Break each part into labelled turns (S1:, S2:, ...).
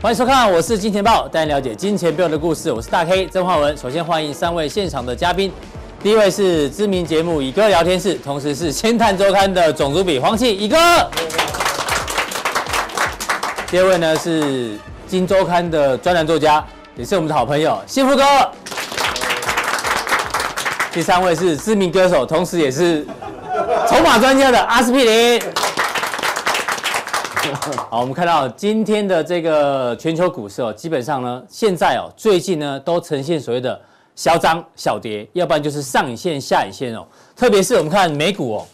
S1: 欢迎收看，我是金钱豹，带您了解金钱豹的故事。我是大 K 曾焕文。首先欢迎三位现场的嘉宾，第一位是知名节目《以哥聊天室》，同时是《千探周刊》的总主笔黄启以哥。第二位呢是《金周刊》的专栏作家，也是我们的好朋友幸福哥。第三位是知名歌手，同时也是筹码专家的阿司匹林。好，我们看到今天的这个全球股市哦，基本上呢，现在哦，最近呢都呈现所谓的小涨小跌，要不然就是上影线下影线哦。特别是我们看美股哦，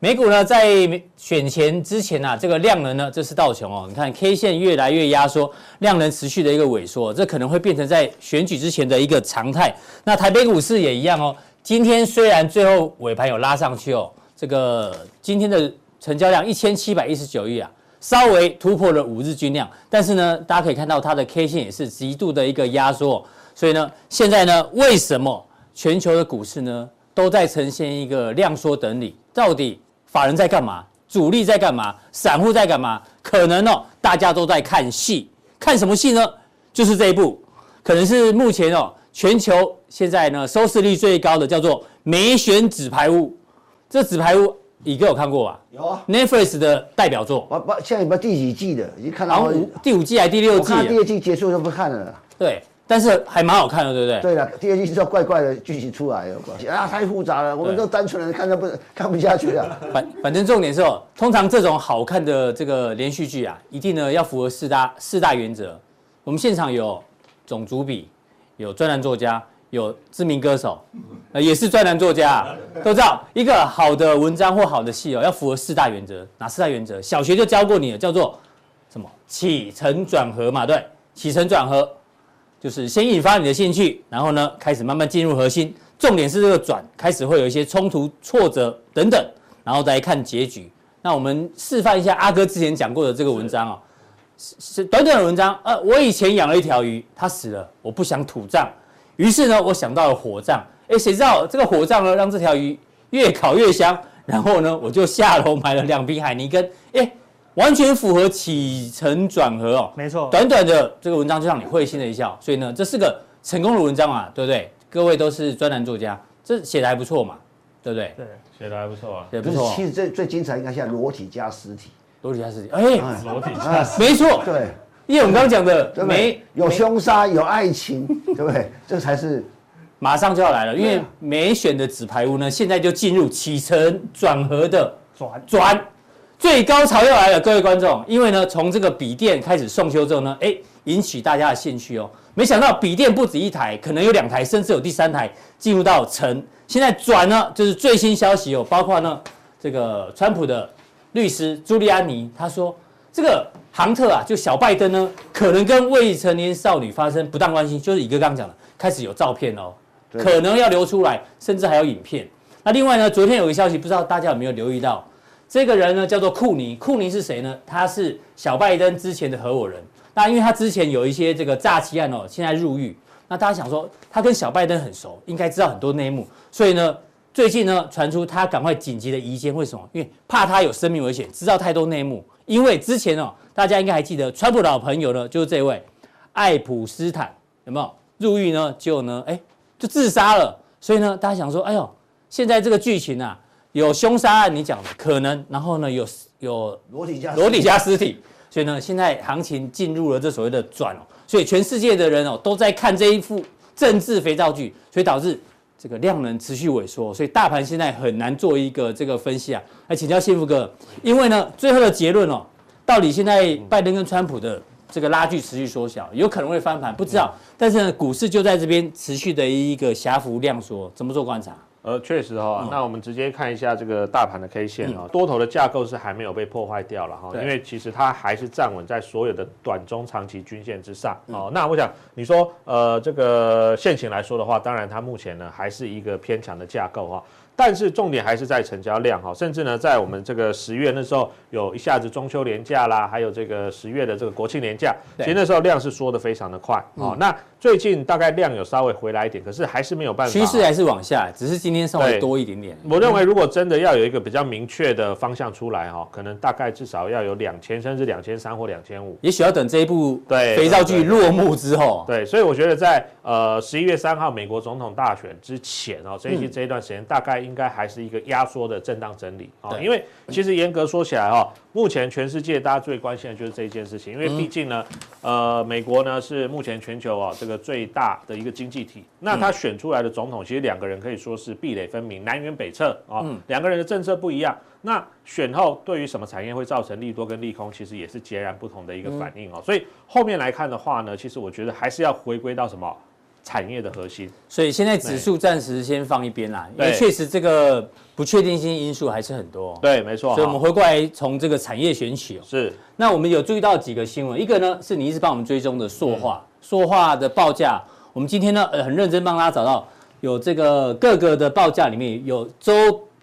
S1: 美股呢在选前之前啊，这个量能呢这是道琼哦，你看 K 线越来越压缩，量能持续的一个萎缩，这可能会变成在选举之前的一个常态。那台北股市也一样哦，今天虽然最后尾盘有拉上去哦，这个今天的成交量一千七百一十九亿啊。稍微突破了五日均量，但是呢，大家可以看到它的 K 线也是极度的一个压缩，哦所以呢，现在呢，为什么全球的股市呢都在呈现一个量缩整理？到底法人在干嘛？主力在干嘛？散户在干嘛？可能哦，大家都在看戏，看什么戏呢？就是这一部，可能是目前哦，全球现在呢收视率最高的叫做《美选纸牌屋》，这纸牌屋，乙哥有看过吧
S2: 有啊，
S1: ？Netflix 的代表作。
S2: 我我现在不知道第几季的，已经看
S1: 然
S2: 到
S1: 后
S2: 我
S1: 五第五季还是第六季
S2: 看到第
S1: 啊？
S2: 二季结束就不看了啦。
S1: 对，但是还蛮好看的，对不对？
S2: 对了，第二季是要怪怪的剧情出来了，关系啊，太复杂了，我们
S1: 对
S2: 都单纯人看着不 看不下去了。
S1: 反反正重点是哦，通常这种好看的这个连续剧啊，一定呢要符合四大四大原则。我们现场有总主笔，有专栏作家，有知名歌手，呃，也是专栏作家、啊，都知道一个好的文章或好的戏哦，要符合四大原则。哪四大原则？小学就教过你了，叫做什么起承转合嘛，对，起承转合就是先引发你的兴趣，然后呢开始慢慢进入核心，重点是这个转开始会有一些冲突、挫折等等，然后再看结局。那我们示范一下阿哥之前讲过的这个文章哦，是是短短的文章。呃，我以前养了一条鱼，它死了，我不想土葬，于是呢，我想到了火葬。哎，谁知道这个火葬呢，让这条鱼越烤越香，然后呢，我就下楼买了两瓶海尼根。哎，完全符合起承转合哦。
S3: 没错，
S1: 短短的这个文章就让你会心的一笑，所以呢，这是个成功的文章嘛，对不对？各位都是专栏作家，这写的还不错嘛，对不对？
S3: 对，
S4: 写的还不错啊，
S1: 也
S2: 不
S1: 不
S2: 是
S1: 错，哦
S2: 其。实最最精彩应该现在裸体加尸体，
S1: 罗辑家事情，哎，
S2: 哎，
S4: 裸体
S2: 啊，
S1: 没错，
S2: 对，
S1: 因为我们刚刚讲的
S2: 对不
S1: 没
S2: 对？有凶杀，有爱情， 对不对？这才是
S1: 马上就要来了，因
S2: 对
S1: 为
S2: 啊
S1: 美选的纸牌屋呢，现在就进入起承转合的
S3: 转
S1: 转，最高潮要来了，各位观众，因为呢，从这个笔电开始送修之后呢，哎，引起大家的兴趣哦。没想到笔电不止一台，可能有两台，甚至有第三台进入到成。现在转呢，就是最新消息哦，包括呢，这个川普的律师朱利安尼，他说这个杭特啊，就小拜登呢，可能跟未成年少女发生不当关系，就是一个刚刚讲的，开始有照片哦，
S2: 对
S1: 可能要流出来，甚至还有影片。那另外呢，昨天有个消息，不知道大家有没有留意到，这个人呢叫做库尼，库尼是谁呢？他是小拜登之前的合伙人。那因为他之前有一些这个诈欺案哦，现在入狱。那大家想说，他跟小拜登很熟，应该知道很多内幕，所以呢，最近呢传出他赶快紧急的移监，为什么？因为怕他有生命危险，知道太多内幕。因为之前哦，大家应该还记得，川普的老朋友呢就是这位爱普斯坦，有没有入狱呢？结果呢，哎，就自杀了。所以呢，大家想说，哎呦，现在这个剧情啊，有凶杀案，你讲的可能，然后呢，有有
S2: 裸体加尸体
S1: 裸体加尸体，所以呢，现在行情进入了这所谓的转哦，所以全世界的人哦都在看这一副政治肥皂剧，所以导致这个量能持续萎缩，所以大盘现在很难做一个这个分析啊。来请教幸福哥，因为呢，最后的结论哦，到底现在拜登跟川普的这个拉锯持续缩小，有可能会翻盘，不知道。但是呢，股市就在这边持续的一个狭幅量缩，怎么做观察？
S4: 呃，确实哈、
S1: 嗯
S4: 那我们直接看一下这个大盘的 K 线啊、多头的架构是还没有被破坏掉了哈、
S1: 对
S4: 因为其实它还是站稳在所有的短中长期均线之上
S1: 嗯
S4: 哦。那我想你说，呃，这个现情来说的话，当然它目前呢还是一个偏强的架构哈、但是重点还是在成交量哈，甚至呢，在我们这个十月那时候有一下子中秋连假啦，还有这个十月的这个国庆连假，
S1: 对嗯
S4: 其实那时候量是缩得非常的快哦。那最近大概量有稍微回来一点，可是还是没有办法。
S1: 趋势还是往下，只是今天稍微
S4: 对
S1: 多一点点。
S4: 我认为，如果真的要有一个比较明确的方向出来哈，可能大概至少要有两千，甚至两千三或两千五。
S1: 也许要等这一部
S4: 对
S1: 肥皂剧
S4: 对
S1: 落幕之后，
S4: 对，所以我觉得在呃十一月三号美国总统大选之前哦，这一期这一段时间大概应该还是一个压缩的震荡整理啊、哦
S1: 对，
S4: 因为其实严格说起来哦，目前全世界大家最关心的就是这一件事情，因为毕竟呢，呃，美国呢是目前全球哦这个最大的一个经济体，那他选出来的总统其实两个人可以说是壁垒分明，南辕北辙啊、哦，两个人的政策不一样。那选后对于什么产业会造成利多跟利空，其实也是截然不同的一个反应哦。所以后面来看的话呢，其实我觉得还是要回归到什么产业的核心。
S1: 所以现在指数暂时先放一边啦，因
S4: 对
S1: 为确实这个不确定性因素还是很多。
S4: 对，没错
S1: 所以我们
S4: 哈，
S1: 回过来从这个产业选起哦。
S4: 是
S1: 那我们有注意到几个新闻，一个呢是你一直帮我们追踪的塑化，塑化的报价，我们今天呢、呃、很认真帮大家找到有这个各个的报价里面有周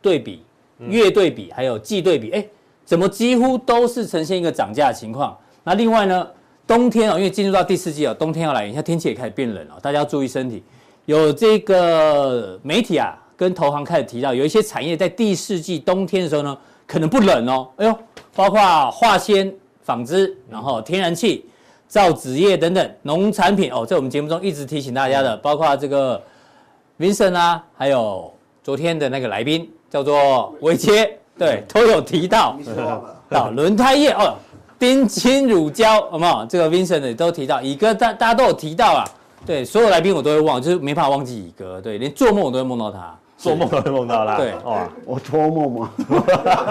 S1: 对比、月对比，还有季对比，哎，怎么几乎都是呈现一个涨价的情况？那另外呢，冬天哦，因为进入到第四季哦，冬天要来，现在天气也开始变冷了、大家要注意身体。有这个媒体啊跟投行开始提到，有一些产业在第四季冬天的时候呢，可能不冷哦。哎呦，包括化纤、纺织，然后天然气、造纸业等等农产品哦，在我们节目中一直提醒大家的，包括这个 Vincent 啊，还有昨天的那个来宾叫做维杰，对，都有提到。 到轮胎业哦，冰清乳胶，好不好？这个 Vincent 也都提到，乙哥大大家都有提到啊。对，所有来宾我都会忘，就是没办法忘记乙哥。对，连做梦我都会梦到他，
S4: 做梦都会梦到啦。
S1: 对
S4: 哇，
S2: 我托梦吗？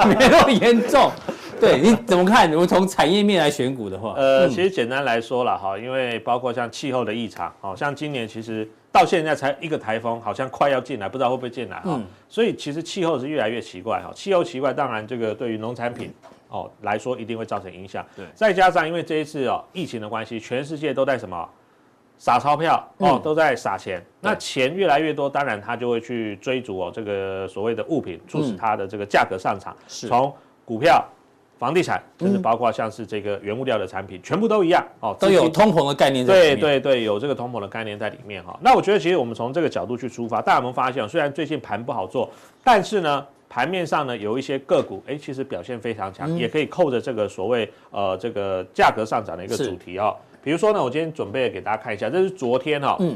S1: 没那么严重。对，你怎么看？我们从产业面来选股的话，
S4: 呃，其实简单来说了哈，因为包括像气候的异常，哦，像今年其实到现在才一个台风，好像快要进来，不知道会不会进来哈、
S1: 嗯
S4: 所以其实气候是越来越奇怪哈，气候奇怪，当然这个对于农产品哦来说一定会造成影响。
S1: 嗯对
S4: 再加上因为这一次哦疫情的关系，全世界都在什么？撒钞票哦，
S1: 嗯
S4: 都在撒钱。那钱越来越多，当然他就会去追逐哦这个所谓的物品，促使
S1: 嗯
S4: 它的这个价格上涨。
S1: 是
S4: 从股票、房地产，
S1: 嗯
S4: 甚至包括像是这个原物料的产品，全部都一样哦，
S1: 都
S4: 资
S1: 有
S4: 金。
S1: 通膨的概念在里
S4: 对
S1: 面。对，
S4: 对对，有这个通膨的概念在里面哈。那我觉得其实我们从这个角度去出发，大家有没有发现，虽然最近盘不好做，但是呢，盘面上呢有一些个股，哎，其实表现非常强，
S1: 嗯
S4: 也可以扣着这个所谓呃这个价格上涨的一个
S1: 是
S4: 主题哦。比如说呢，我今天准备给大家看一下，这是昨天哈、哦，
S1: 嗯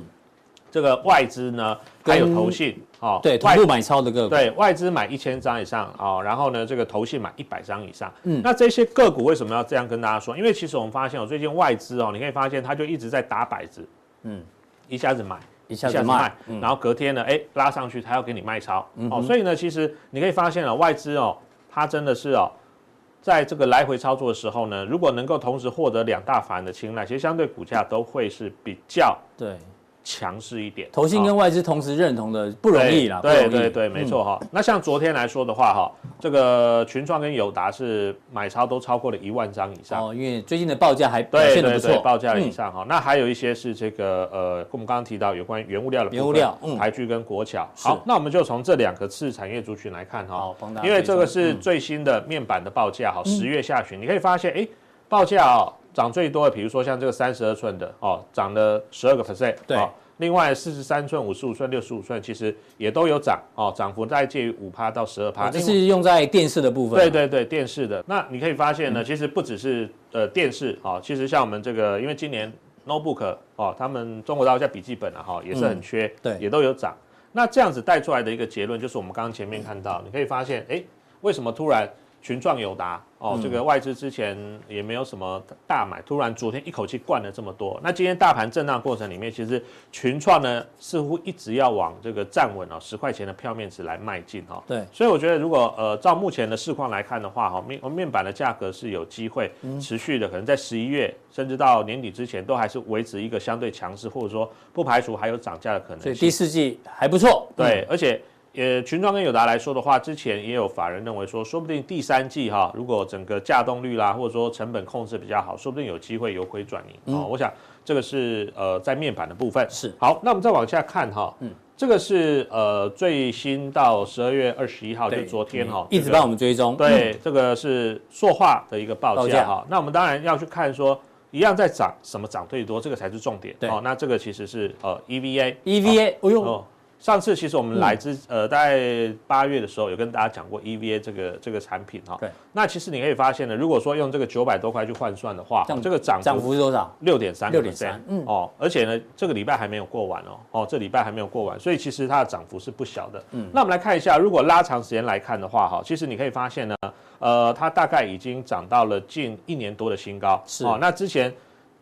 S4: 这个外资呢还有
S1: 跟
S4: 投信哦，
S1: 对，同
S4: 外
S1: 步买超的个股。
S4: 对外资买一千张以上哦，然后呢，这个投信买一百张以上。
S1: 嗯
S4: 嗯，那这些个股为什么要这样跟大家说？因为其实我们发现哦，最近外资哦，你可以发现它就一直在打摆子，
S1: 嗯
S4: 嗯，一下子买，
S1: 一下
S4: 一
S1: 子
S4: 下子
S1: 卖
S4: 卖，，
S1: 嗯
S4: 然后隔天呢，哎，拉上去，它要给你卖超。哦，所以呢，其实你可以发现哦，外资哦，它真的是哦。在这个来回操作的时候呢，如果能够同时获得两大法人的青睐，其实相对股价都会是比较
S1: 对，
S4: 强势一点。
S1: 投信
S4: 哦
S1: 跟外资同时认同的不容易啦，不哦
S4: 对
S1: 容易。嗯
S4: 对对，没错哈、那像昨天来说的话哈，这个群创跟友达是买超都超过了一万张以上。
S1: 哦，因为最近的报价还表
S4: 啊对
S1: 现的不
S4: 对对
S1: 错，，
S4: 报价以
S1: 嗯
S4: 上哈、那还有一些是这个呃，我们刚刚提到有关于原物料的部分
S1: 原物料嗯
S4: 台剧跟国桥。
S1: 是
S4: 好，那我们就从这两个次产业族群来看哈、
S1: 好帮大家
S4: 因为
S1: 追踪
S4: 这个是
S1: 嗯
S4: 最新的面板的报价哈，十、月下旬你可以发现，哎，报价哦涨最多的，比如说像这个三十二寸的哦，涨了十二个 percent，
S1: 对
S4: 哦另外，四十三寸、五十五寸、六十五寸，其实也都有涨哦，涨幅在介于五趴到十二趴。
S1: 哦这
S4: 另外
S1: 是用在电视的部分。嗯
S4: 对对对，电视的。那你可以发现呢，其实不只是呃电视啊、哦其实像我们这个，因为今年 notebook 哦，他们中国大陆叫笔记本啊哈、也是很缺，
S1: 嗯对
S4: 也都有涨。那这样子带出来的一个结论，就是我们刚刚前面看到，你可以发现，哎，为什么突然群创友达哦，
S1: 嗯
S4: 这个外资之前也没有什么大买，突然昨天一口气灌了这么多。那今天大盘震荡过程里面，其实群创呢似乎一直要往这个站稳哦十块钱的票面值来迈进哦。
S1: 对
S4: 所以我觉得，如果呃照目前的市况来看的话，哈面面板的价格是有机会
S1: 嗯
S4: 持续的，可能在十一月甚至到年底之前，都还是维持一个相对强势，或者说不排除还有涨价的可能
S1: 所以
S4: 性。
S1: 第四季还不错。
S4: 对，而且呃，群创跟友达来说的话，之前也有法人认为说，说不定第三季哈、如果整个价动率啦，或者说成本控制比较好，说不定有机会由亏转盈、哦。我想这个是呃在面板的部分
S1: 嗯是
S4: 好，那我们再往下看哈、嗯，这个是呃最新到十二月二十一号，就
S1: 对
S4: 昨天哈、
S1: 嗯一直
S4: 这个
S1: 帮我们追踪。嗯，
S4: 对，这个是塑化的一个报
S1: 报
S4: 价
S1: 价
S4: 哈。那我们当然要去看说，一样在涨，什么涨最多，这个才是重点。
S1: 对
S4: 哦，那这个其实是呃 EVA。
S1: EVA，哎呦，
S4: 哦，上次其实我们
S1: 嗯
S4: 来之、呃，在八月的时候有跟大家讲过 EVA 这个这个产品哈。
S1: 对。
S4: 那其实你可以发现呢，如果说用这个九百多块去换算的话，
S1: 这样
S4: 这个涨
S1: 涨
S4: 幅
S1: 幅是多少？
S4: 六点三
S1: 6.3嗯
S4: 哦，而且呢，这个礼拜还没有过完哦，哦，这礼拜还没有过完，所以其实它的涨幅是不小的。嗯，那我们来看一下，如果拉长时间来看的话，哈，其实你可以发现呢，呃，它大概已经涨到了近一年多的新高。
S1: 是
S4: 哦，那之前。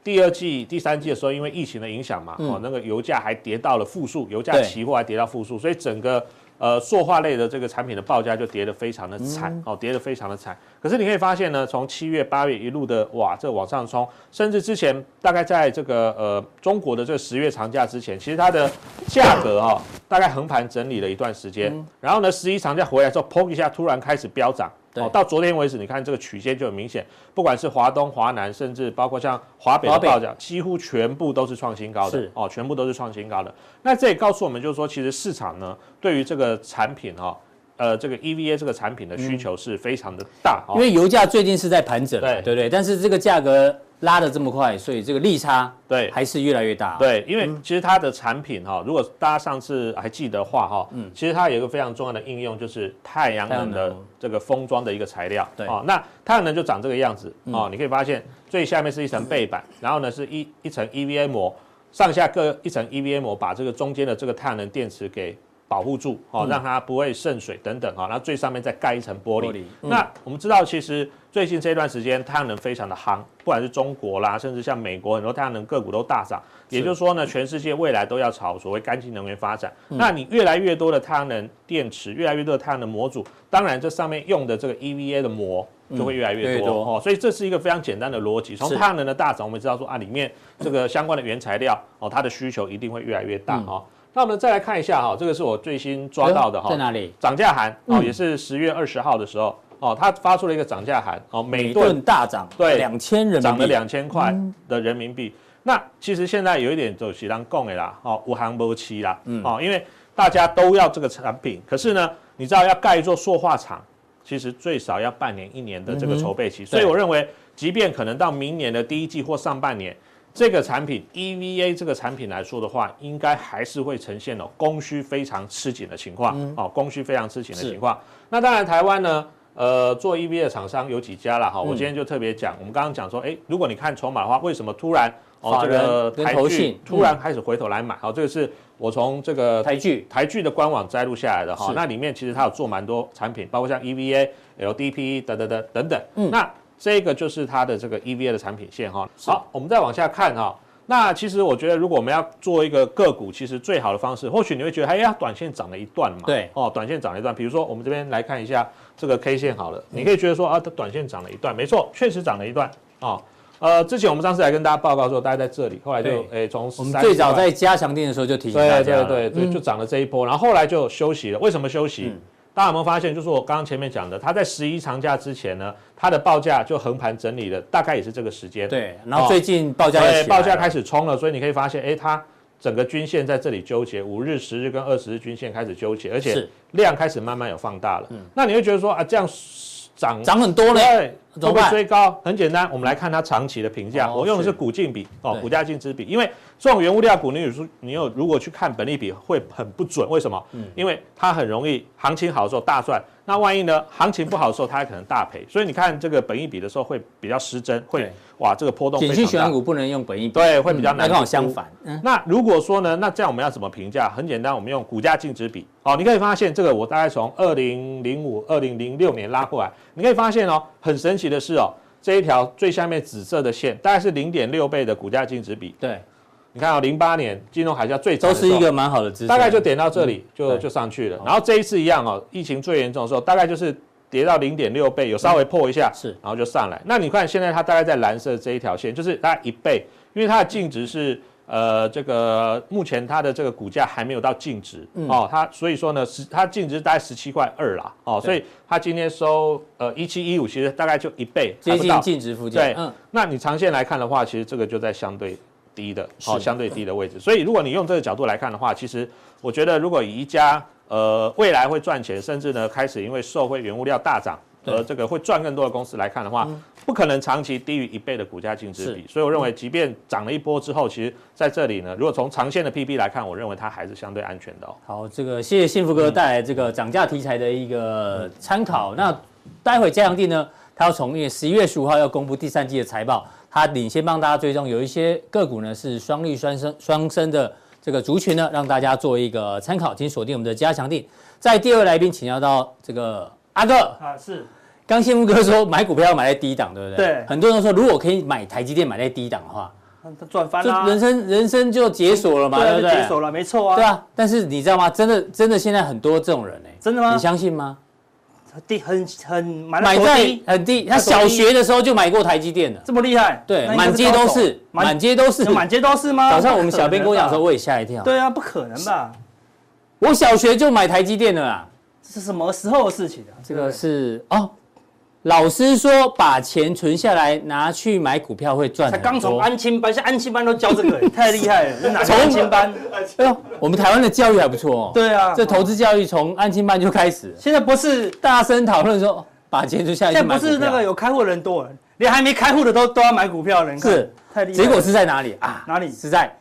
S4: 第二季、第三季的时候，因为疫情的影响嘛，哦，那个油价还跌到了负数，油价
S1: 对
S4: 期货还跌到负数，所以整个呃塑化类的这个产品的报价就跌得非常的惨、哦，跌得非常的惨。可是你可以发现呢，从七月、八月一路的哇，这往上冲，甚至之前大概在这个呃中国的这个十月长假之前，其实它的价格哈、大概横盘整理了一段时间，然后呢，十一长假回来之后，砰一下突然开始飙涨。
S1: 对
S4: 哦，到昨天为止，你看这个曲线就很明显，不管是华东、华南，甚至包括像华北的
S1: 华北
S4: 报价，几乎全部都是创新高的
S1: 是，
S4: 哦，全部都是创新高的。那这也告诉我们，就是说，其实市场呢，对于这个产品哈、呃，这个 EVA 这个产品的需求是非常的大
S1: 嗯
S4: 哦
S1: 因。为油价最近是在盘整嘛，
S4: 对
S1: 对不对？但是这个价格拉的这么快，所以这个利差
S4: 对
S1: 还是越来越大。，
S4: 对，因为
S1: 嗯
S4: 其实它的产品哈、如果大家上次还记得的话哈、其实它有一个非常重要的应用，就是太阳能
S1: 嗯太阳
S4: 的
S1: 能
S4: 这个封装的一个材料。
S1: 对嗯
S4: 哦，那太阳能就长这个样子哦，你可以发现最下面是一层背板，然后呢是一一层 E EVA 膜，上下各一层 E EVA 膜，把这个中间的这个太阳能电池给。保护住哦，让它不会渗水等等啊、哦，然后最上面再盖一层玻璃。嗯
S1: 玻璃
S4: 那我们知道，其实最近这段时间太阳能非常的夯，不管是中国啦，甚至像美国很多太阳能个股都大涨。也就是说呢，全世界未来都要朝所谓干净能源发展。那你越来越多的太阳能电池，越来越多的太阳能模组，当然这上面用的这个 EVA 的膜就会越来
S1: 越
S4: 越多,、
S1: 多
S4: 哦。所以这是一个非常简单的逻辑。从
S1: 是
S4: 太阳能的大涨，我们知道说啊，里面这个相关的原材料哦，它的需求一定会越来越
S1: 嗯
S4: 大哦。那我们再来看一下哈、这个是我最新抓到的哈、
S1: 哎在哪嗯里？
S4: 涨价函哦，也是十月二十号的时候哦，他发出了一个涨价函哦，每
S1: 每
S4: 吨
S1: 吨大涨，
S4: 对
S1: 两千人民币嗯
S4: 涨了两千块的人民币。那其实现在有一点就是让供的啦，哦，无行无期啦，
S1: 嗯
S4: 哦，因为大家都要这个产品，可是呢，你知道要盖一座塑化厂，其实最少要半年一年的这
S1: 嗯
S4: 个筹备期，所以我认为，即便可能到明年的第一季或上半年。这个产品 EVA 这个产品来说的话，应该还是会呈现哦供需非常吃紧的情况、哦，供需非常吃紧的
S1: 嗯是
S4: 情况。那当然，台湾呢，呃，做 EV 的厂商有几家了
S1: 嗯
S4: 哈。我今天就特别讲，我们刚刚讲说，哎，如果你看筹码的话，为什么突然哦
S1: 法
S4: 这
S1: 人
S4: 个
S1: 跟
S4: 台
S1: 投
S4: 剧
S1: 信
S4: 突然开始回头来买？好，这个是我从这个
S1: 台剧
S4: 台剧的官网摘录下来的哈
S1: 是。
S4: 那里面其实它有做蛮多产品，包括像 E EVA、LDP 等等等等等。
S1: 嗯
S4: 那这个就是它的这个 EVA 的产品线哈。好，我们再往下看哈。那其实我觉得，如果我们要做一个个股，其实最好的方式，或许你会觉得，哎呀，短线涨了一段嘛，
S1: 对
S4: 哦，短线涨了一段。比如说，我们这边来看一下这个 K 线好了，你可以觉得说啊，它短线涨了一段，没错，确实涨了一段哦。呃，之前我们上次来跟大家报告说，大家在这里，后来就哎从
S1: 我们
S4: 30
S1: 最早
S4: 块
S1: 在加强店的时候就提醒大家
S4: 对对
S1: 了，嗯
S4: 对对，就涨了这一波，然后后来就休息了。为什么休息？大家有没有发现？就是我刚刚前面讲的，它在十一长假之前呢，它的报价就横盘整理了，大概也是这个时间。
S1: 对然后
S4: 哦
S1: 最近报价又
S4: 对，
S1: 起来
S4: 报价
S1: 了
S4: 开始冲了，所以你可以发现，哎，它整个均线在这里纠结，五日、十日跟二十日均线开始纠结，而且
S1: 是嗯
S4: 量开始慢慢有放大了。那你会觉得说啊，这样涨
S1: 涨很多嘞，
S4: 对，
S1: 怎么
S4: 会不会
S1: 办
S4: 追高？很简单，我们来看它长期的评价。
S1: 哦
S4: 我用的是
S1: 是
S4: 股净比哦，
S1: 对
S4: 股价净值比，因为这种原物料股，你有时候你有如果去看本利比会很不准，为什么？
S1: 嗯
S4: 因为它很容易行情好的时候大赚，那万一呢行情不好的时候，它还可能大赔。所以你看这个本益比的时候会比较失真，会
S1: 对
S4: 哇这个波动非
S1: 景
S4: 常
S1: 气
S4: 大。
S1: 循环股不能用本益比，
S4: 对会比较
S1: 嗯那
S4: 难
S1: 刚好
S4: 评估
S1: 相反，嗯，
S4: 那如果说呢，那这样我们要怎么评价？很简单，我们用股价净值比。哦，你可以发现这个，我大概从二零零五、二零零六年拉过来，你可以发现哦，很神奇的是哦，这一条最下面紫色的线大概是零点六倍的股价净值比。
S1: 对，
S4: 你看哦，零八年金融海啸最早
S1: 都是一个蛮好的支撑，嗯
S4: 大概就点到这里就
S1: 对
S4: 就上去了。然后这一次一样哦，疫情最严重的时候，大概就是跌到零点六倍，有稍微破一下，
S1: 是
S4: 然后就上来。那你看现在它大概在蓝色这一条线，就是大概一倍，因为它的净值是。呃，这个目前它的这个股价还没有到净值、
S1: 嗯
S4: 哦，它所以说呢，十它净值大概十七块二啦，哦，所以它今天收呃一七一五，其实大概就一倍，还
S1: 接
S4: 不
S1: 近
S4: 到
S1: 净值附近。
S4: 对，
S1: 嗯，
S4: 那你长线来看的话，其实这个就在相对低的，好、
S1: 是
S4: 相对低的位置。所以如果你用这个角度来看的话，其实我觉得如果以一家呃未来会赚钱，甚至呢开始因为受惠原物料大涨。
S1: 对嗯
S4: 而这个会赚更多的公司来看的话，不可能长期低于一倍的股价净值比，所以我认为，即便涨了一波之后，其实在这里呢，如果从长线的 PB 来看，我认为它还是相对安全的哦。
S1: 好，这个谢谢幸福哥带来这个涨价题材的一个参考。那待会嘉阳地呢，他要从十一月十五号要公布第三季的财报，他领先帮大家追踪有一些个股呢是双绿双升双升的这个族群呢，让大家做一个参考，请锁定我们的加强定。在第二位来宾请教到这个阿哥，
S3: 啊，是
S1: 刚幸福哥说买股票要买在低档，对不对？
S3: 对
S1: 很多人说如果可以买台积电买在低档的话，
S3: 他赚翻
S1: 就
S3: 啦，
S1: 人生人生就解锁了嘛，
S3: 啊对
S1: 对
S3: 啊，
S1: 不
S3: 就
S1: 对？
S3: 接手了，没错啊。
S1: 对，啊，但是你知道吗？真的，真的，现在很多这种人哎、
S3: 真的吗啊
S1: 你相信吗？
S3: 低很很买
S1: 买
S3: 了多
S1: 在
S3: 低，
S1: 很低，
S3: 他
S1: 他小
S3: 手机
S1: 学的时候就买过台积电了。
S3: 这么厉害，
S1: 对，
S3: 那应该
S1: 满街
S3: 高
S1: 都
S3: 手
S1: 是，满街都是。
S3: 满街都是吗？
S1: 早上我
S3: 不
S1: 们
S3: 可
S1: 小编跟我讲
S3: 能吧
S1: 说，，我也吓一跳。
S3: 对啊，不可能吧？
S1: 我小学就买台积电了啦。
S3: 这是什么时候的事情啊？
S1: 这个是哦，老师说把钱存下来拿去买股票会赚啊哦
S3: 才
S1: 很
S3: 刚从
S1: 多。
S3: 安亲班，现在安亲班都教这 个，哎太厉害了，这哪个安亲班？
S1: 哎呦，我们台湾的教育还不错哦。，
S3: 对啊，
S1: 这投资教育从安亲班就开始了，
S3: 现在不是
S1: 大声讨论说把钱存下来
S3: 现
S1: 去
S3: 在
S1: 买
S3: 不
S1: 股票。
S3: 是那个有开户的人多，连还没开户的都都要买股票了，你看
S1: 是
S3: 太厉害
S1: 结
S3: 了。
S1: 果是在哪里啊？
S3: 哪里
S1: 是在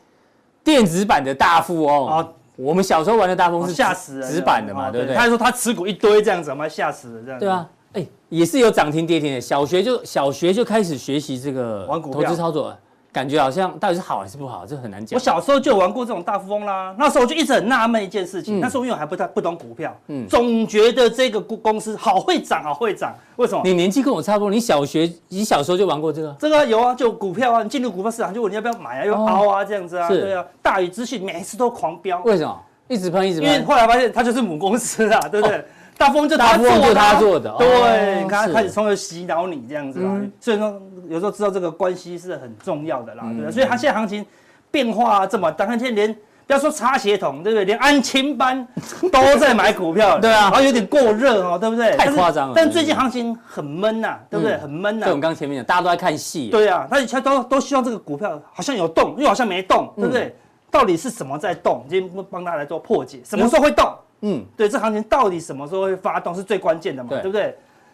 S1: 电子版的大富翁。
S3: 哦
S1: 我们小时候玩的大富翁
S3: 哦
S1: 是
S3: 吓死人了，
S1: 纸板的嘛，
S3: 哦
S1: 对不对
S3: 他？还说他持股一堆这样子，我们吓死了这样。
S1: 对啊，，哎，也是有涨停跌停的。小学就小学就开始学习这个
S3: 玩股
S1: 投
S3: 票
S1: 资操作，感觉好像到底是好还是不好，这很难讲。
S3: 我小时候就有玩过这种大富翁啦，那时候我就一直很纳闷一件事
S1: 嗯
S3: 情，那时候因为我还不太不懂股票，
S1: 嗯
S3: 总觉得这个公公司好会涨，好会涨，为什么？
S1: 你年纪跟我差不多，你小学你小时候就玩过这个？
S3: 这个有啊，就有股票啊，你进入股票市场就问你要不要买啊，要不要凹啊，这样子啊，
S1: 哦是
S3: 对啊，大禹资讯每次都狂飙，
S1: 为什么？一直喷一直
S3: 因为
S1: 喷。
S3: 后来发现它就是母公司啦，对不对？大富翁就
S1: 大
S3: 他
S1: 富
S3: 做的啊，
S1: 翁就他做的哦
S3: 对，你看
S1: 是
S3: 他开始从头洗脑你这样子啦
S1: 嗯，
S3: 所以说有时候知道这个关系是很重要的啦，对不对？所以
S1: 嗯
S3: 它现在行情变化这么大，看现在连不要说差协同，对不对？连安亲班都在买股 票，
S1: 对啊
S3: 然后有点过热哦，对不对？
S1: 太夸张了
S3: 但是但最近行情很闷呐，对不对？
S1: 嗯
S3: 很闷
S1: 对，我
S3: 呐
S1: 们。刚前面讲，大家都在看戏。，
S3: 对啊，他以前都都希望这个股票好像有动，又好像没动，
S1: 嗯
S3: 对不对？到底是什么在动？今天帮大家来做破解，什么时候会动？
S1: 嗯，
S3: 对，这行情到底什么时候会发动是最关键的嘛，
S1: 对
S3: 对不对？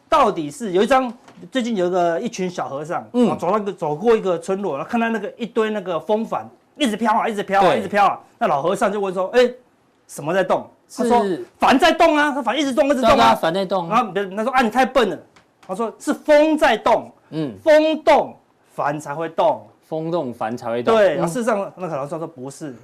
S3: 到底是有一张最近有一个一群小和尚，
S1: 嗯
S3: 嗯，走到一个走过一个村落，然后看到那个一堆那个风帆一直飘啊，一直飘啊，
S1: 对
S3: 一直飘啊。那老和尚就问说：“哎，什么在动？”他说
S1: 是：“
S3: 帆在动啊，他帆一直动，一直
S1: 大
S3: 动
S1: 家
S3: 啊。
S1: 反在”动
S3: 然。后别人他说：“啊，你太笨了。”他说：“是风在动，
S1: 嗯，
S3: 风动帆才会动。”
S1: 风动帆才会动。
S3: 对，
S1: 嗯
S3: 然后事实上那个老师说不是，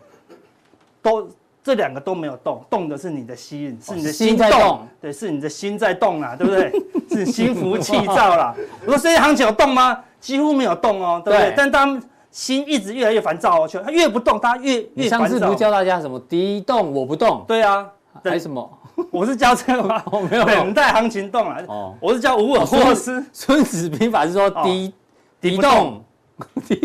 S3: 都这两个都没有动，动的是你的心，是你的
S1: 哦心
S3: 心
S1: 在
S3: 动，
S1: 动
S3: 对，是你的心在动啦，对不对？是心浮气 躁啦。我说这些行情有动吗？几乎没有动哦，对不对？
S1: 对
S3: 但他们心一直越来越烦躁哦，就他越不动，他越
S1: 你
S3: 越
S1: 上
S3: 烦
S1: 次不
S3: 躁
S1: 是。教大家什么敌动我不动，
S3: 对啊，
S1: 还
S3: 对
S1: 是什么？
S3: 我是教这个吗？
S1: 哦没有
S3: 等待行情动了。
S1: 哦
S3: 我是教无
S1: 哦
S3: 我
S1: 所以
S3: 或 是
S1: 孙子兵法是说敌敌
S3: 哦敌不
S1: 动
S3: 动，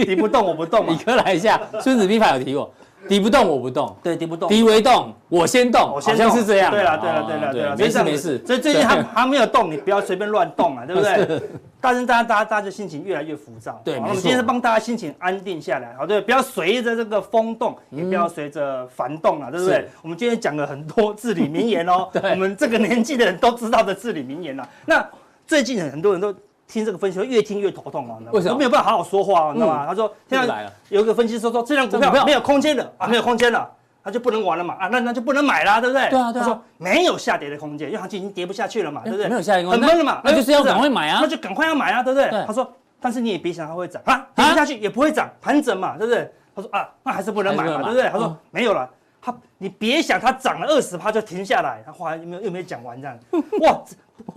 S3: 敌不动我不动
S1: 理
S3: 嘛，
S1: 科来一下，《孙子兵法》有提过，敌不动我不动，
S3: 对，敌不动。
S1: 敌为动我先动，
S3: 我
S1: 好
S3: 先
S1: 像
S3: 动
S1: 是这样。
S3: 对了，对了，
S1: 哦
S3: 对了，对了，
S1: 没事
S3: 所以这样
S1: 没
S3: 子
S1: 事。
S3: 所以最近还
S1: 对
S3: 还没有动，你不要随便乱动啊，对不对？ 但是大家大家大家就心情越来越浮躁。
S1: 对
S3: 好
S1: 没
S3: 我们
S1: 错
S3: 今天是帮大家心情安定下来，好，对，不要随着这个风动，也不要随着烦动啊，对不
S1: 嗯
S3: 对
S1: 是？
S3: 我们今天讲了很多至理名言哦，
S1: 对
S3: 我们这个年纪的人都知道的至理名言了。那最近很多人都。听这个分析会越听越头痛啊，你知道吗
S1: 为什么
S3: 都没有办法好好说话哦，你知道吗？他说
S1: 这
S3: 现
S1: 个
S3: 在
S1: 来了
S3: 有一个分析说说这张股
S1: 这股票
S3: 票没有空间了啊，没有空间了，那就不能玩了嘛啊，那那就不能买啦，对不对？
S1: 对啊对啊
S3: 他说没有下跌的空间，因为行情已经跌不下去了嘛，对不对？
S1: 没有下跌空间
S3: 很闷了嘛，
S1: 那那就是要
S3: 哎不啊
S1: 赶快买啊
S3: 那就赶快要买啊，对不对
S1: 对？
S3: 他说，但是你也别想它会涨啊，跌不下去也不会涨，盘整嘛，对不对？他说啊，那还是不能买
S1: 还是
S3: 嘛，
S1: 不能买
S3: 对不对？他
S1: 嗯
S3: 说没有了。他，你别想它涨了二十趴就停下来，他话又没有又没有讲完 这样，哇，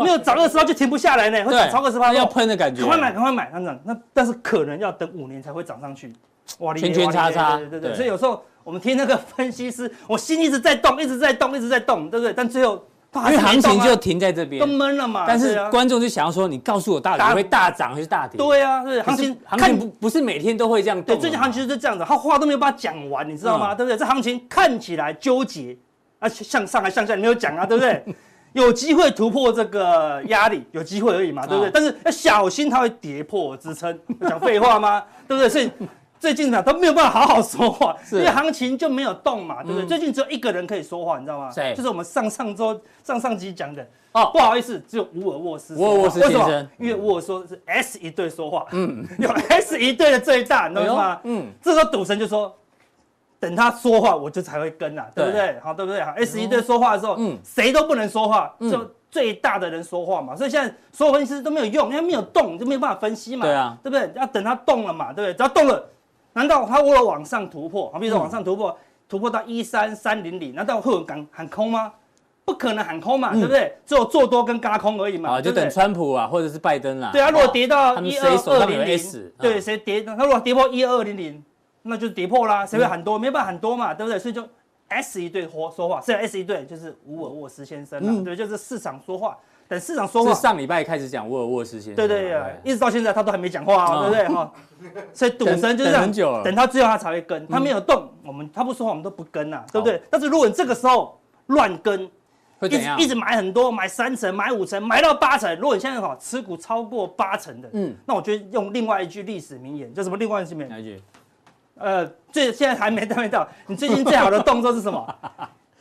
S3: 没有涨二十趴就停不下来呢，会涨超过二十趴
S1: 要喷的感觉啊
S3: 赶。快买，赶快买，那那那，但是可能要等五年才会涨上去，哇，你
S1: 圈圈叉叉
S3: 对对对
S1: 对
S3: 对，所以有时候我们听那个分析师，我心一直在动，一直在动，一直在动，对不对？但最后因
S1: 因为行情就停在这边
S3: 都。闷了嘛。
S1: 但是
S3: 对啊
S1: 观众就想要说，你告诉我到底
S3: 大
S1: 会大涨还是大跌？
S3: 对啊，对
S1: 可
S3: 行
S1: 是，
S3: 情
S1: 行
S3: 看
S1: 情不不是每天都会这样动啊
S3: 对，
S1: 的
S3: 最近行情就是这样子，他话都没有把它讲完，你知道吗？
S1: 嗯
S3: 对不对？这行情看起来纠结啊，向上还向下，你没有讲啊，对不 对？有机会突破这个压力，有机会而已嘛，对不对？
S1: 嗯
S3: 但是要小心它会跌破支撑，讲废话吗？ 对不对？所以最近呢都没有办法好好说话，
S1: 是嗯
S3: 因为行情就没有动嘛，对不对？最近只有一个人可以说话，你知道吗？
S1: 谁
S3: 就是我们上上周上上集讲的。
S1: 哦
S3: 不好意思，只有沃尔沃斯说话。
S1: 沃尔沃斯
S3: 为什么
S1: 先生
S3: 因为沃尔说是 S 一队说话，嗯， 有 S 一队的最大，你
S1: 哎
S3: 知
S1: 呦
S3: 道吗？
S1: 嗯，
S3: 这时候赌神就说，等他说话，我就才会跟啦，对不对？好，对不对？好，S 一队说话的时候，
S1: 嗯
S3: 谁都不能说话，
S1: 嗯
S3: 就最大的人说话嘛。所以现在所有分析师都没有用，因为没有动，就没有办法分析嘛，
S1: 对啊
S3: 对不对？要等他动了嘛，对不对？只要动了，难道他为了往上突破，
S1: 嗯
S3: 好，比如说往上突破，突破到一三三零零，难道会有人敢喊空吗？不可能喊空嘛，对不对？只有做多跟嘎空而已嘛，
S1: 嗯啊，就
S3: 对不对
S1: 等川普啊，或者是拜登啦。
S3: 对啊，如果跌
S1: 他
S3: 到
S1: 们
S3: 一
S1: 谁
S3: 二
S1: 手
S3: 二
S1: 上有
S3: 零
S1: S，啊
S3: 零，对，谁跌？他如果跌破一二零零，那就是跌破啦，谁会喊多？
S1: 嗯
S3: 没办法喊多嘛，对不对？所以就 S 一队活说话，虽然 S 一队就是伍尔沃斯先生啦，对，就是市场说话，等市场
S1: 嗯
S3: 说
S1: 是
S3: 话，
S1: 上礼拜开始讲沃尔沃斯先生啊。
S3: 对对对，一直到现在他都还没讲话
S1: 啊
S3: 啊，对不对哈？所以赌神就是这
S1: 等等
S3: 样
S1: 很久了嗯
S3: 等他最后他才会跟，他没有动，我们他不说话，我们都不跟啊呐，对不对？但是如果你这个时候乱跟，
S1: 会
S3: 一
S1: 怎
S3: 直
S1: 样？
S3: 一直买很多，买三成，买五成，买到八成。如果你现在哈持股超过八成的，
S1: 嗯
S3: 嗯，那我就用另外一句历史名言，叫什么？另外一句名言，
S1: 哪一句？
S3: 呃，
S1: 嗯
S3: 最现在还没还没到，你最近最好的动作是什 么？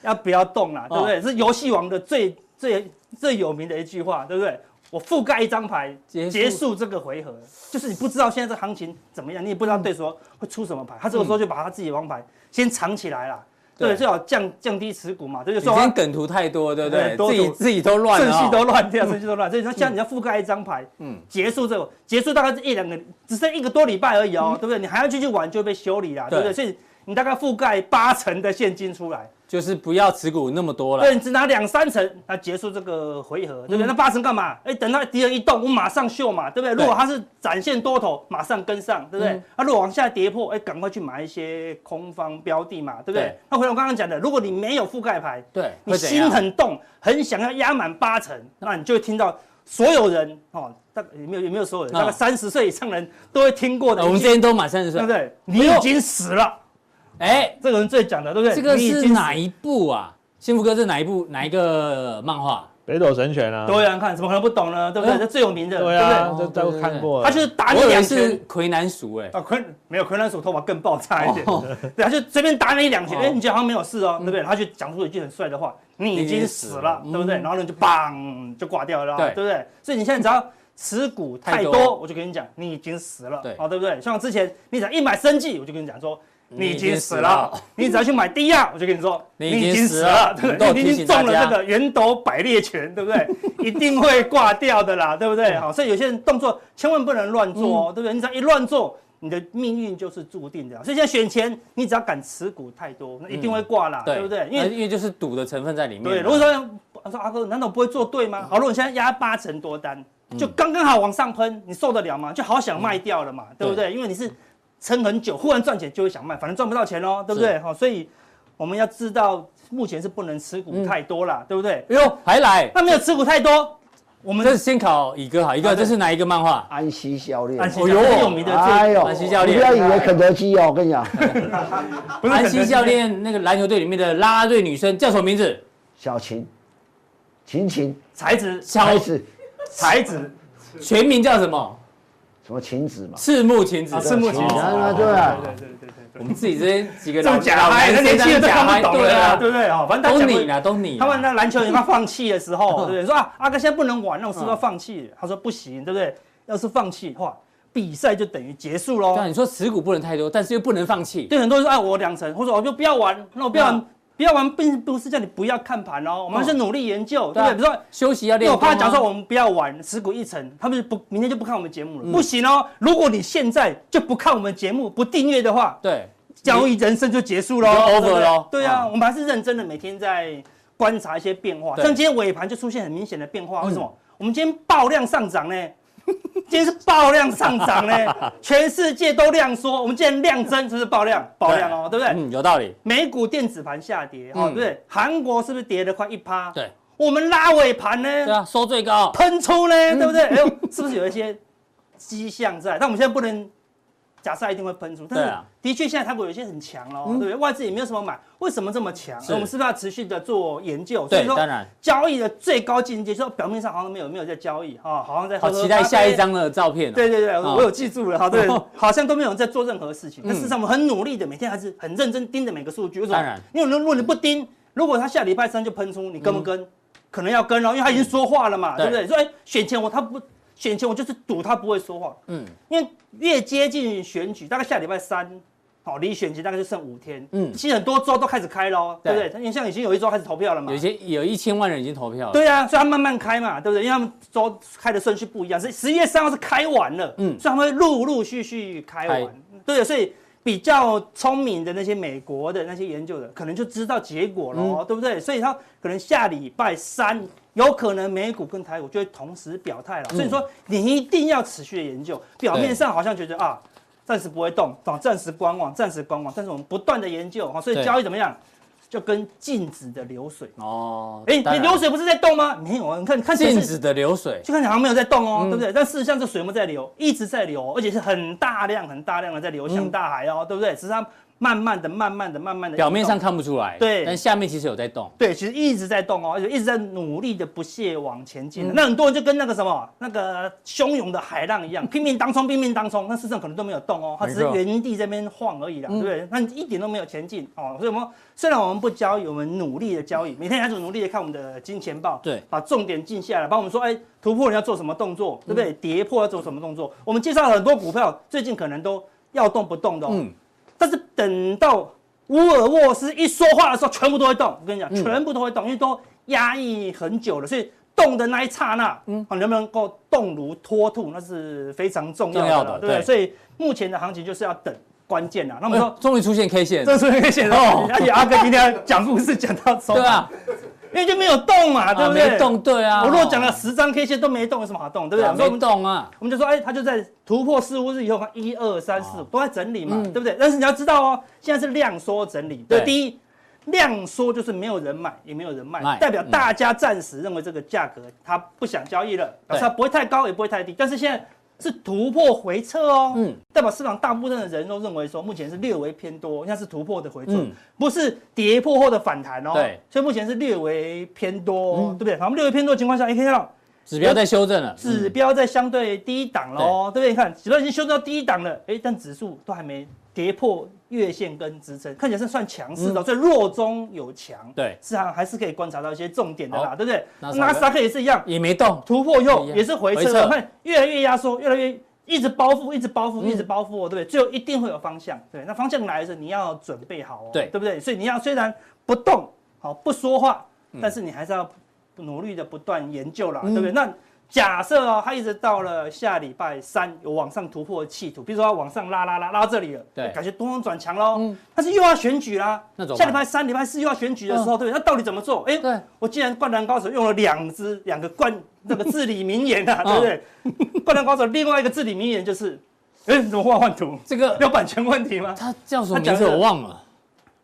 S3: 要不要动啦，对不
S1: 哦
S3: 对？是游戏王的最最最有名的一句话，对不对？我覆盖一张牌，
S1: 结束
S3: 结束这个回合，就是你不知道现在这行情怎么样，你也不知道对
S1: 嗯
S3: 手会出什么牌，他这个时候就把他自己的王牌先藏起来啦。
S1: 对
S3: 对，最好降降低持股嘛，对不
S1: 你
S3: 对？
S1: 今
S3: 所以我要
S1: 天梗图太多，对不对？
S3: 啊对多
S1: 自己
S3: 读
S1: 自己都乱
S3: 顺
S1: 了
S3: 序
S1: 哦。
S3: 都乱掉，顺序都乱。所以说，像你要覆盖一张牌，嗯，结束这个，结束大概是一两个，只剩一个多礼拜而已哦，对不对？你还要继续玩，就会被修理啦，对
S1: 嗯
S3: 不
S1: 对
S3: 对？所以你大概覆盖八成的现金出来，
S1: 就是不要持股那么多了。
S3: 对，你只拿两三成，那结束这个回合，
S1: 嗯
S3: 对不对？那八成干嘛？哎，等到敌人一动，我马上秀嘛，对不对？如果它是展现多头，马上跟上，对不
S1: 嗯
S3: 对？啊，如果往下跌破，哎，赶快去买一些空方标的嘛，对不对
S1: 对？
S3: 那回到我刚刚讲的，如果你没有覆盖牌，
S1: 对，
S3: 你
S1: 会怎样
S3: 心很动，很想要压满八成，那你就会听到所有人哦，大概有没有有没有所有人，
S1: 嗯
S3: 大概三十岁以上的人都会听过的
S1: 呃
S3: 一句，
S1: 我们今天都满三十岁
S3: 对不。对？你已经死了，
S1: 哎，
S3: 这个人最讲的，对不对？
S1: 这个
S3: 你已
S1: 是
S3: 经死
S1: 哪？一部啊？幸福哥是哪一部？哪一个漫画？
S4: 北斗神拳啊，
S3: 多人看，怎么可能不懂呢？对不
S1: 哎
S3: 对？
S1: 呦
S3: 这最有名的，
S4: 对
S3: 对不对？
S4: 啊，
S1: 对
S4: 这
S1: 不对
S4: 都看过了，
S3: 他就是打
S1: 我
S3: 你
S1: 以为
S3: 两
S1: 是
S3: 拳。
S1: 魁南鼠哎。
S3: 啊，昆没有昆兰手头发更爆炸一点，对，他就随便打你两拳，
S1: 哦
S3: 哎，你觉得好像没有事哦，对不对？他就讲出一句很帅的话，你已经死了，对不对？然后人就砰就挂掉了，
S1: 嗯对
S3: 对不对？所以你现在只要持股太
S1: 太
S3: 多，
S1: 多
S3: 我就跟你讲，你已经死了
S1: 对，
S3: 哦，对不对？像之前你只要一买生计，我就跟你讲说。你已
S1: 你已
S3: 经
S1: 经死
S3: 死了
S1: 了，
S3: 你只要去买低压，我就跟你说，
S1: 你已经死了
S3: 对不
S1: 我
S3: 对？
S1: 们都
S3: 你
S1: 有
S3: 已
S1: 提醒
S3: 经中了
S1: 大家
S3: 这个圆斗百裂拳，对不 对？一定会挂掉的 啦，对不对？好，所以有些人动作千万不能乱做哦，对不对？你只要一乱做，你的命运就是注定的啦。所以现在选前，你只要敢持股太多，那一定会挂啦，嗯对不哎对？因
S1: 呃
S3: 为
S1: 因为就是赌的成分在里面啊。
S3: 对，如果说说阿哥，难道不会做对吗？好，如果你现在压八成多单，就刚刚好往上喷，你受得了吗？就好想卖掉了嘛，对不嗯对？因为你是撑很久，忽然赚钱就会想卖，反正赚不到钱喽，对不对？好，所以我们要知道，目前是不能持股太多啦，对不对？
S1: 哎呦，还来，
S3: 那没有持股太多，我们
S1: 这是先考乙哥好，乙哥
S3: 啊对
S1: 这是哪一个漫画？
S2: 安西教练，
S3: 安心
S1: 哦
S3: 讲
S1: 哟
S3: 很有名的
S2: 哎
S3: 这
S2: 呦，
S1: 安西教练
S2: 你不要以为肯德基哦，我跟你讲，
S3: 啊不是
S1: 安
S3: 肯
S1: 西
S3: 德基
S1: 教练那个篮球队里面的啦啦队女生叫什么名字？
S2: 小琴，琴琴，
S3: 才子
S1: 小
S2: 才子，
S3: 才子
S1: 全名叫什么？
S2: 什么琴子嘛，
S1: 赤木晴子
S3: 啊，。赤木
S2: 哦
S3: 晴子，
S2: 啊对啊
S3: 对对对对
S1: 我
S3: 对。
S1: 们自己这边几个
S3: 这
S1: 老
S3: 么假
S1: 老
S3: 嗨，
S1: 男生
S3: 那年轻人
S1: 这
S3: 都
S1: 样假
S3: 看
S1: 嗨，
S3: 不懂了
S1: 对
S3: 啦，
S1: 啊，
S3: 对不对？哦，反正大
S1: 都
S3: 家
S1: 你
S3: 会
S1: 啦，都你啦。
S3: 他们那篮球员他放弃的时 候，对不对？说啊，阿哥现在不能玩，那我是不是要放弃？啊他说不行，对不对？要是放弃的话，比赛就等于结束喽
S1: 对。啊，你说持股不能太多，但是又不能放弃。
S3: 对很多人说，哎，我两成，或者我就不要玩，那我不要玩
S1: 嗯，
S3: 不要玩，并不是叫你不要看盘哦，我们是努力研究，
S1: 对
S3: 对
S1: 啊
S3: 不对？比如说
S1: 休息要
S3: 因
S1: 练
S3: 为我
S1: 功啊。
S3: 怕假如说我们不要玩持股一成，他们就不明天就不看我们节
S1: 嗯
S3: 目了，不行哦。如果你现在就不看我们节目，不订阅的话，
S1: 对，
S3: 交易人生就结束喽
S1: 你就
S3: 对不
S1: over
S3: 对
S1: 咯
S3: 对啊，
S1: 嗯
S3: 我们还是认真的每天在观察一些变化，
S1: 对嗯
S3: 像今天尾盘就出现很明显的变化，为什么？我们今天爆量上涨呢？ 今天是爆量上 涨呢，全世界都量缩，我们今天量增，是不是爆量？爆量哦，对不对？
S1: 嗯，有道理。
S3: 美股电子盘下跌，哦，
S1: 嗯
S3: 对不对？韩国是不是跌了快一趴？
S1: 对，
S3: 我们拉尾盘呢，
S1: 对啊，收最高，
S3: 喷出呢，
S1: 嗯
S3: 对不对？哎呦，是不是有一些迹象在？但我们现在不能假设它一定会喷出，但
S1: 对
S3: 是
S1: 啊嗯
S3: 的确现在泰国有一些很强了，对不对？外资也没有什么买，为什么这么强？
S1: 是
S3: 我们是不是要持续的做研究？所
S1: 对
S3: 以，说
S1: 当然，
S3: 交易的最高境界，就是说表面上好像没有没有在交易啊，好像在喝
S1: 好
S3: 喝
S1: 期待
S3: 咖啡
S1: 下一。张的照片哦。
S3: 对对对，
S1: 哦，
S3: 我有记住了，好对好像都没有人在做任何事情。但
S1: 嗯
S3: 事实上，我们很努力的，每天还是很认真盯着每个数据。为什么
S1: 当然，
S3: 因为如果你不盯，如果他下礼拜三就喷出，你跟不跟？可能要跟哦，因为他已经说话了嘛，
S1: 嗯对
S3: 对不对？说哎，选前我他不选前我就是赌他不会说话，
S1: 嗯
S3: 因为越接近选举，大概下礼拜三，好，离选前大概就剩五天。
S1: 嗯，
S3: 其实很多州都开始开喽，对不
S1: 对
S3: 对？因为像已经有一州开始投票了嘛
S1: 有，些有一千万人已经投票了。
S3: 对啊，所以他慢慢开嘛，对不对？因为他们周开的顺序不一样，是十一月三号是开完了，
S1: 嗯
S3: 嗯，所以他们会陆陆续续开完
S1: 开，
S3: 对，所以比较聪明的那些美国的那些研究者，可能就知道结果了、
S1: 嗯
S3: 对不对？所以他可能下礼拜三。有可能美股跟台股就会同时表态了，
S1: 嗯
S3: 所以说你一定要持续的研究。表面上好像觉得啊，暂时不会动，哦，暂时观望，暂时观望，但是我们不断的研究，哦，所
S1: 对
S3: 以交易怎么样，就跟静止的流水
S1: 哦，
S3: 哎、
S1: 当
S3: 你
S1: 然
S3: 流水不是在动吗？没有啊，你看看显
S1: 静
S3: 示，
S1: 止的流水，
S3: 就看起来好像没有在动哦，
S1: 嗯
S3: 对不对？但事实上这水有没有在流？一直在流，哦而且是很大量、很大量的在流向
S1: 嗯
S3: 大海哦，对不对？只是它慢慢的、慢慢的、慢慢的，
S1: 表面上看不出来，
S3: 对
S1: 但下面其实有在动。
S3: 对，其实一直在动哦，而且一直在努力的不懈往前进。
S1: 嗯
S3: 那很多人就跟那个什么那个汹涌的海浪一样，拼命当冲，拼命当冲，那事实上可能都没有动哦，它只是
S1: 没错嗯
S3: 原地在那边晃而已啦，对不对？那你一点都没有前进哦。所以我们虽然我们不交易，我们努力的交易，每天还是努力的看我们的金钱报，
S1: 对
S3: 把重点记下来，帮我们说，哎，突破你要做什么动作，对
S1: 嗯
S3: 不对？跌破要做什么动作？我们介绍了很多股票，最近可能都要动不动的、哦，
S1: 嗯，
S3: 但是等到乌尔沃斯一说话的时候，全部都会动。我跟你讲，
S1: 嗯
S3: 全部都会动，因为都压抑很久了，所以动的那一刹那，嗯，啊，能不能够动如脱兔，那是非常重要的
S1: 重要
S3: 啦，
S1: 的
S3: 对不
S1: 对
S3: 对？所以目前的行情就是要等关键啊啦。那我们
S1: 哎
S3: 说，
S1: 终于出现 K 线，
S3: 这是危险的，
S1: 哦
S3: 而且阿哥今天要讲故事讲到手，
S1: 对吧？
S3: 因为就没有动嘛，啊对
S1: 啊，
S3: 不对？
S1: 没动，对啊。
S3: 我如果讲了十张 K 线都没动，有什么好动，对不
S1: 对
S3: 对？
S1: 啊，
S3: 所以我
S1: 没
S3: 们
S1: 动啊，
S3: 我们就说，哎、它就在突破四五日以后，看一二三四
S1: 哦
S3: 都在整理嘛，
S1: 嗯
S3: 对不对？但是你要知道哦，现在是量缩整理。对，
S1: 对
S3: 第一，量缩就是没有人买，也没有人卖，
S1: 卖
S3: 代表大家暂时认为这个价格它不想交易了，
S1: 嗯
S3: 表示它不会太高，也不会太低。但是现在是突破回撤哦，
S1: 嗯
S3: 代表市场大部分的人都认为说，目前是略微偏多，现在是突破的回撤，
S1: 嗯
S3: 不是跌破后的反弹哦。
S1: 对，嗯
S3: 所以目前是略微偏多哦，对不对？好，我们略微偏多的情况下，哎你可以看到。
S1: 指标在修正了，嗯
S3: 指标在相对低档喽，对不对？你看指标已经修正到低档了，哎，但指数都还没跌破月线跟支撑，看起来是算强势的，所以弱中有强。
S1: 对
S3: 市场还是可以观察到一些重点的
S1: 好
S3: 啦，对不对？
S1: 纳
S3: 那
S1: 斯
S3: 纳
S1: 达克
S3: 斯达克也是一样，
S1: 也没动，
S3: 突破以
S1: 一
S3: 后
S1: 样
S3: 也是回
S1: 回
S3: 撤
S1: 撤
S3: 的，看越来越压缩，越来越一直包覆，一直包
S1: 嗯
S3: 覆，一直包覆哦，对不对？最后一定会有方向，对。那方向来的时候，你要准备好哦，
S1: 对
S3: 对不对？所以你要虽然不动，好不说话，
S1: 嗯
S3: 但是你还是要努力的不断研究啦，对不对？那假设哦，它一直到了下礼拜三有往上突破的企图，比如说它往上拉拉拉拉到这里了，
S1: 对嗯
S3: 感觉东方转强喽，但是又要选举啦
S1: 那怎么，办
S3: 下礼拜三、礼拜四又要选举的时候，对不对？那到底怎么做？哎，
S1: 嗯对，
S3: 我既然《灌篮高手》用了两支两个灌那个至理名言
S1: 嗯
S3: 啊，对不对？《灌篮高手》另外一个至理名言就是， 哎、你怎么画换图？
S1: 这个
S3: 有版权问题吗？
S1: 它叫什么
S3: 它讲
S1: 名字
S3: 的
S1: 我忘了，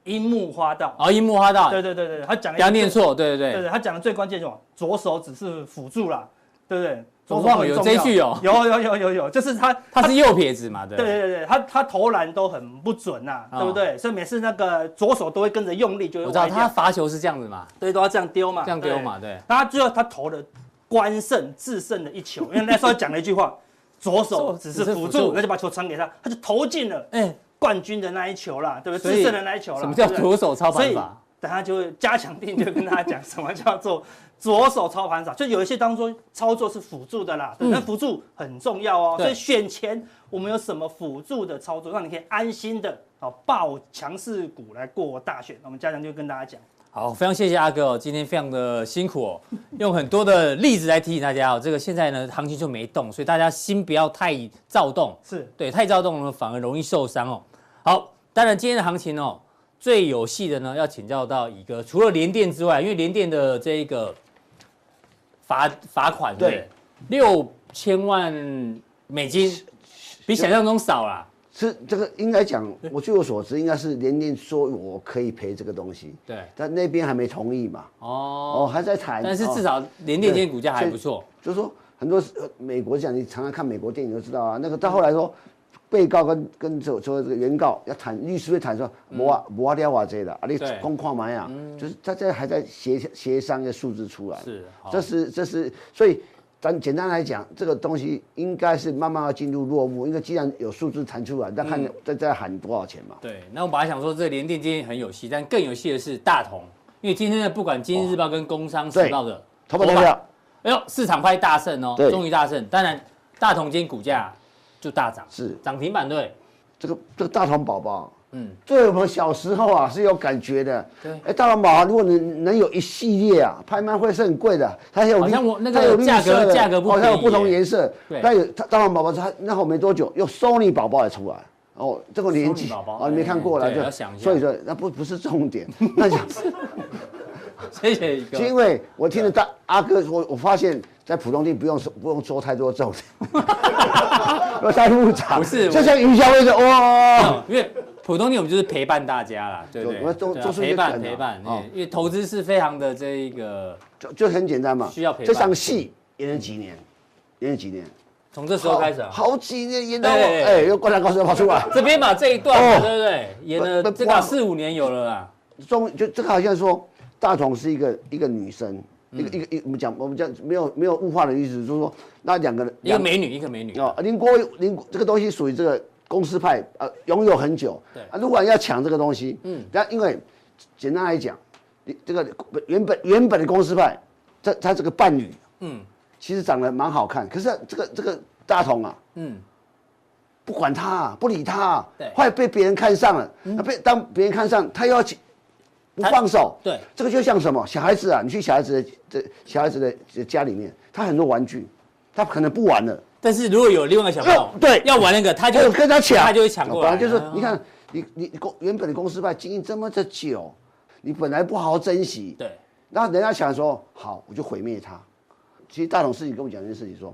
S3: 樱木花道，
S1: 哦，樱木花道，
S3: 对对对对，他讲了
S1: 不
S3: 一
S1: 要
S3: 个
S1: 念，错，对对
S3: 对
S1: 对，
S3: 对，他讲的最关键就是什么左手只是辅助啦，对不对？
S1: 我
S3: 左手
S1: 忘了
S3: 很
S1: 有
S3: 重
S1: 这一
S3: 要
S1: 句哦
S3: 有有有有有，就是他
S1: 他是右撇子嘛，对
S3: 对对对对，他他投篮都很不准呐、
S1: 哦
S3: 对不对？所以每次那个左手都会跟着用力，就会
S1: 我知道
S3: 歪掉
S1: 他罚球是这样子嘛，
S3: 对，都要这样丢嘛，
S1: 这样丢嘛，对，
S3: 然后他最后他投了关胜制胜的一球， 因为那时候讲了一句话，左手只
S1: 只
S3: 是辅
S1: 是辅助
S3: 助，那就把球传给他，他就投进了
S1: 哎，
S3: 冠军的那一球啦，对不
S1: 所
S3: 对？
S1: 以
S3: 制胜的那一球啦。
S1: 什么叫
S3: 对不对
S1: 左手操
S3: 所
S1: 盘
S3: 以
S1: 法？
S3: 等下就会加强定，就跟大家讲什么叫做 左手操盘法，就有一些当做操作是辅助的啦，对，那辅助很重要哦。
S1: 嗯对
S3: 所以选前我们有什么辅助的操作，让你可以安心的哦抱强势股来过大选？我们家长就跟大家讲。
S1: 好，非常谢谢阿哥哦，今天非常的辛苦 哦，用很多的例子来提醒大家哦，这个现在呢行情就没动，所以大家心不要太躁动，
S3: 是
S1: 对，太躁动了反而容易受伤哦。好，当然今天的行情哦，最有戏的呢要请教到乙哥，除了联电之外，因为联电的这个罚罚款对不对六千万美金，比想象中少啦，
S2: 是这个应该讲，我据我所知，应该是联电说我可以赔这个东西，
S1: 对
S2: 但那边还没同意嘛，
S1: 哦，
S2: 哦，还在谈，
S1: 但是
S2: 哦
S1: 至少联电今天股价还
S2: 对
S1: 不错，
S2: 就是说很多呃美国讲，你常常看美国电影就知道啊，那个到后来说，被告跟跟说说这个原告要谈，律师会谈说摩啊摩啊掉瓦这的，啊你
S1: 对
S2: 公矿嘛呀，就是他这还在协协商一个数字出来，
S1: 是好
S2: 这嗯是这是所以。咱简单来讲，这个东西应该是慢慢要进入落幕，因为既然有数字弹出来，那看再再喊多少钱嘛。
S1: 对，那我本来想说这联电今天很有戏，但更有戏的是大同，因为今天的不管《经济日报》跟《工
S2: 哦
S1: 商时报》的
S2: 头版头条，
S1: 哎呦，市场派大胜哦，
S2: 对
S1: 终于大胜。当然，大同今天股价就大涨，
S2: 是
S1: 涨停板对，
S2: 这个这个大同宝宝，
S1: 嗯
S2: 嗯，对我们小时候啊是有感觉的。
S1: 对
S2: 哎，大同宝宝如果能能有一系列啊，拍卖会是很贵的，它还有
S1: 好像
S2: 绿
S1: 我那个
S2: 它有绿
S1: 价格
S2: 色的
S1: 价格不
S2: 哦，它有
S1: 便宜
S2: 不同
S1: 耶
S2: 颜色，
S1: 对
S2: 它有它大同宝宝它那后没多久又 Sony 宝宝也出来。哦，这个年纪
S1: Sony 宝宝哎
S2: 哦，你没看过了，
S1: 对要想一下
S2: 所以说那不不是 重点，那讲
S1: 谢谢一个
S2: 是。因为我听了大阿哥，我我发现，在浦东地不用说不用说太多重点， 我太复杂，
S1: 不是
S2: 就像营销会说哇，
S1: 哦因为普通店我们就是陪伴大家啦，对不对？
S2: 我们都
S1: 对啊
S2: 都是一
S1: 陪
S2: 个
S1: 伴
S2: 梗啊
S1: 陪伴，
S2: 哦
S1: 因为投资是非常的这一个，
S2: 就就很简单嘛，
S1: 需要陪伴
S2: 这场戏演了几年，演了几年，
S1: 从这时候开始啊，
S2: 好好几年演到
S1: 对对对
S2: 哎，又灌篮高手跑出来，
S1: 这边把这一段
S2: 哦
S1: 嘛，对不对？演了
S2: 不
S1: 这
S2: 不
S1: 个
S2: 忘
S1: 四五年有了啦，
S2: 终于就这个好像说大同是一个一个女生，一
S1: 嗯
S2: 个一个一个我们讲我们讲没有没有物化的意思，就是说那两个人
S1: 一个美女，一个美女，
S2: 哦，林国林国这个东西属于这个公司派，呃，拥有很久。
S1: 对
S2: 啊，如果要抢这个东西，嗯，但因为简单来讲，你这个原本原本的公司派，这他这个伴侣，嗯，其实长得蛮好看，可是这个这个大同啊，
S1: 嗯，
S2: 不管他、啊，不理他、啊
S1: 对，嗯
S2: 后来被别人看上了，那被当别人看上，他又要起不
S1: 他
S2: 放手，
S1: 对
S2: 这个就像什么小孩子啊，你去小孩子的这小孩子的家里面，他很多玩具，他可能不玩了。
S1: 但是如果有另外一个小朋友，
S2: 呃对
S1: 要玩那个，他就
S2: 他 就跟他抢，哦
S1: 他就会抢过来。
S2: 本来就是
S1: 啊，
S2: 你看，你你你公原本的公司派经营这么的久，你本来不好好珍惜，，
S1: 对，
S2: 那人家想说好，我就毁灭它。其实大董事情跟我讲一件事情说，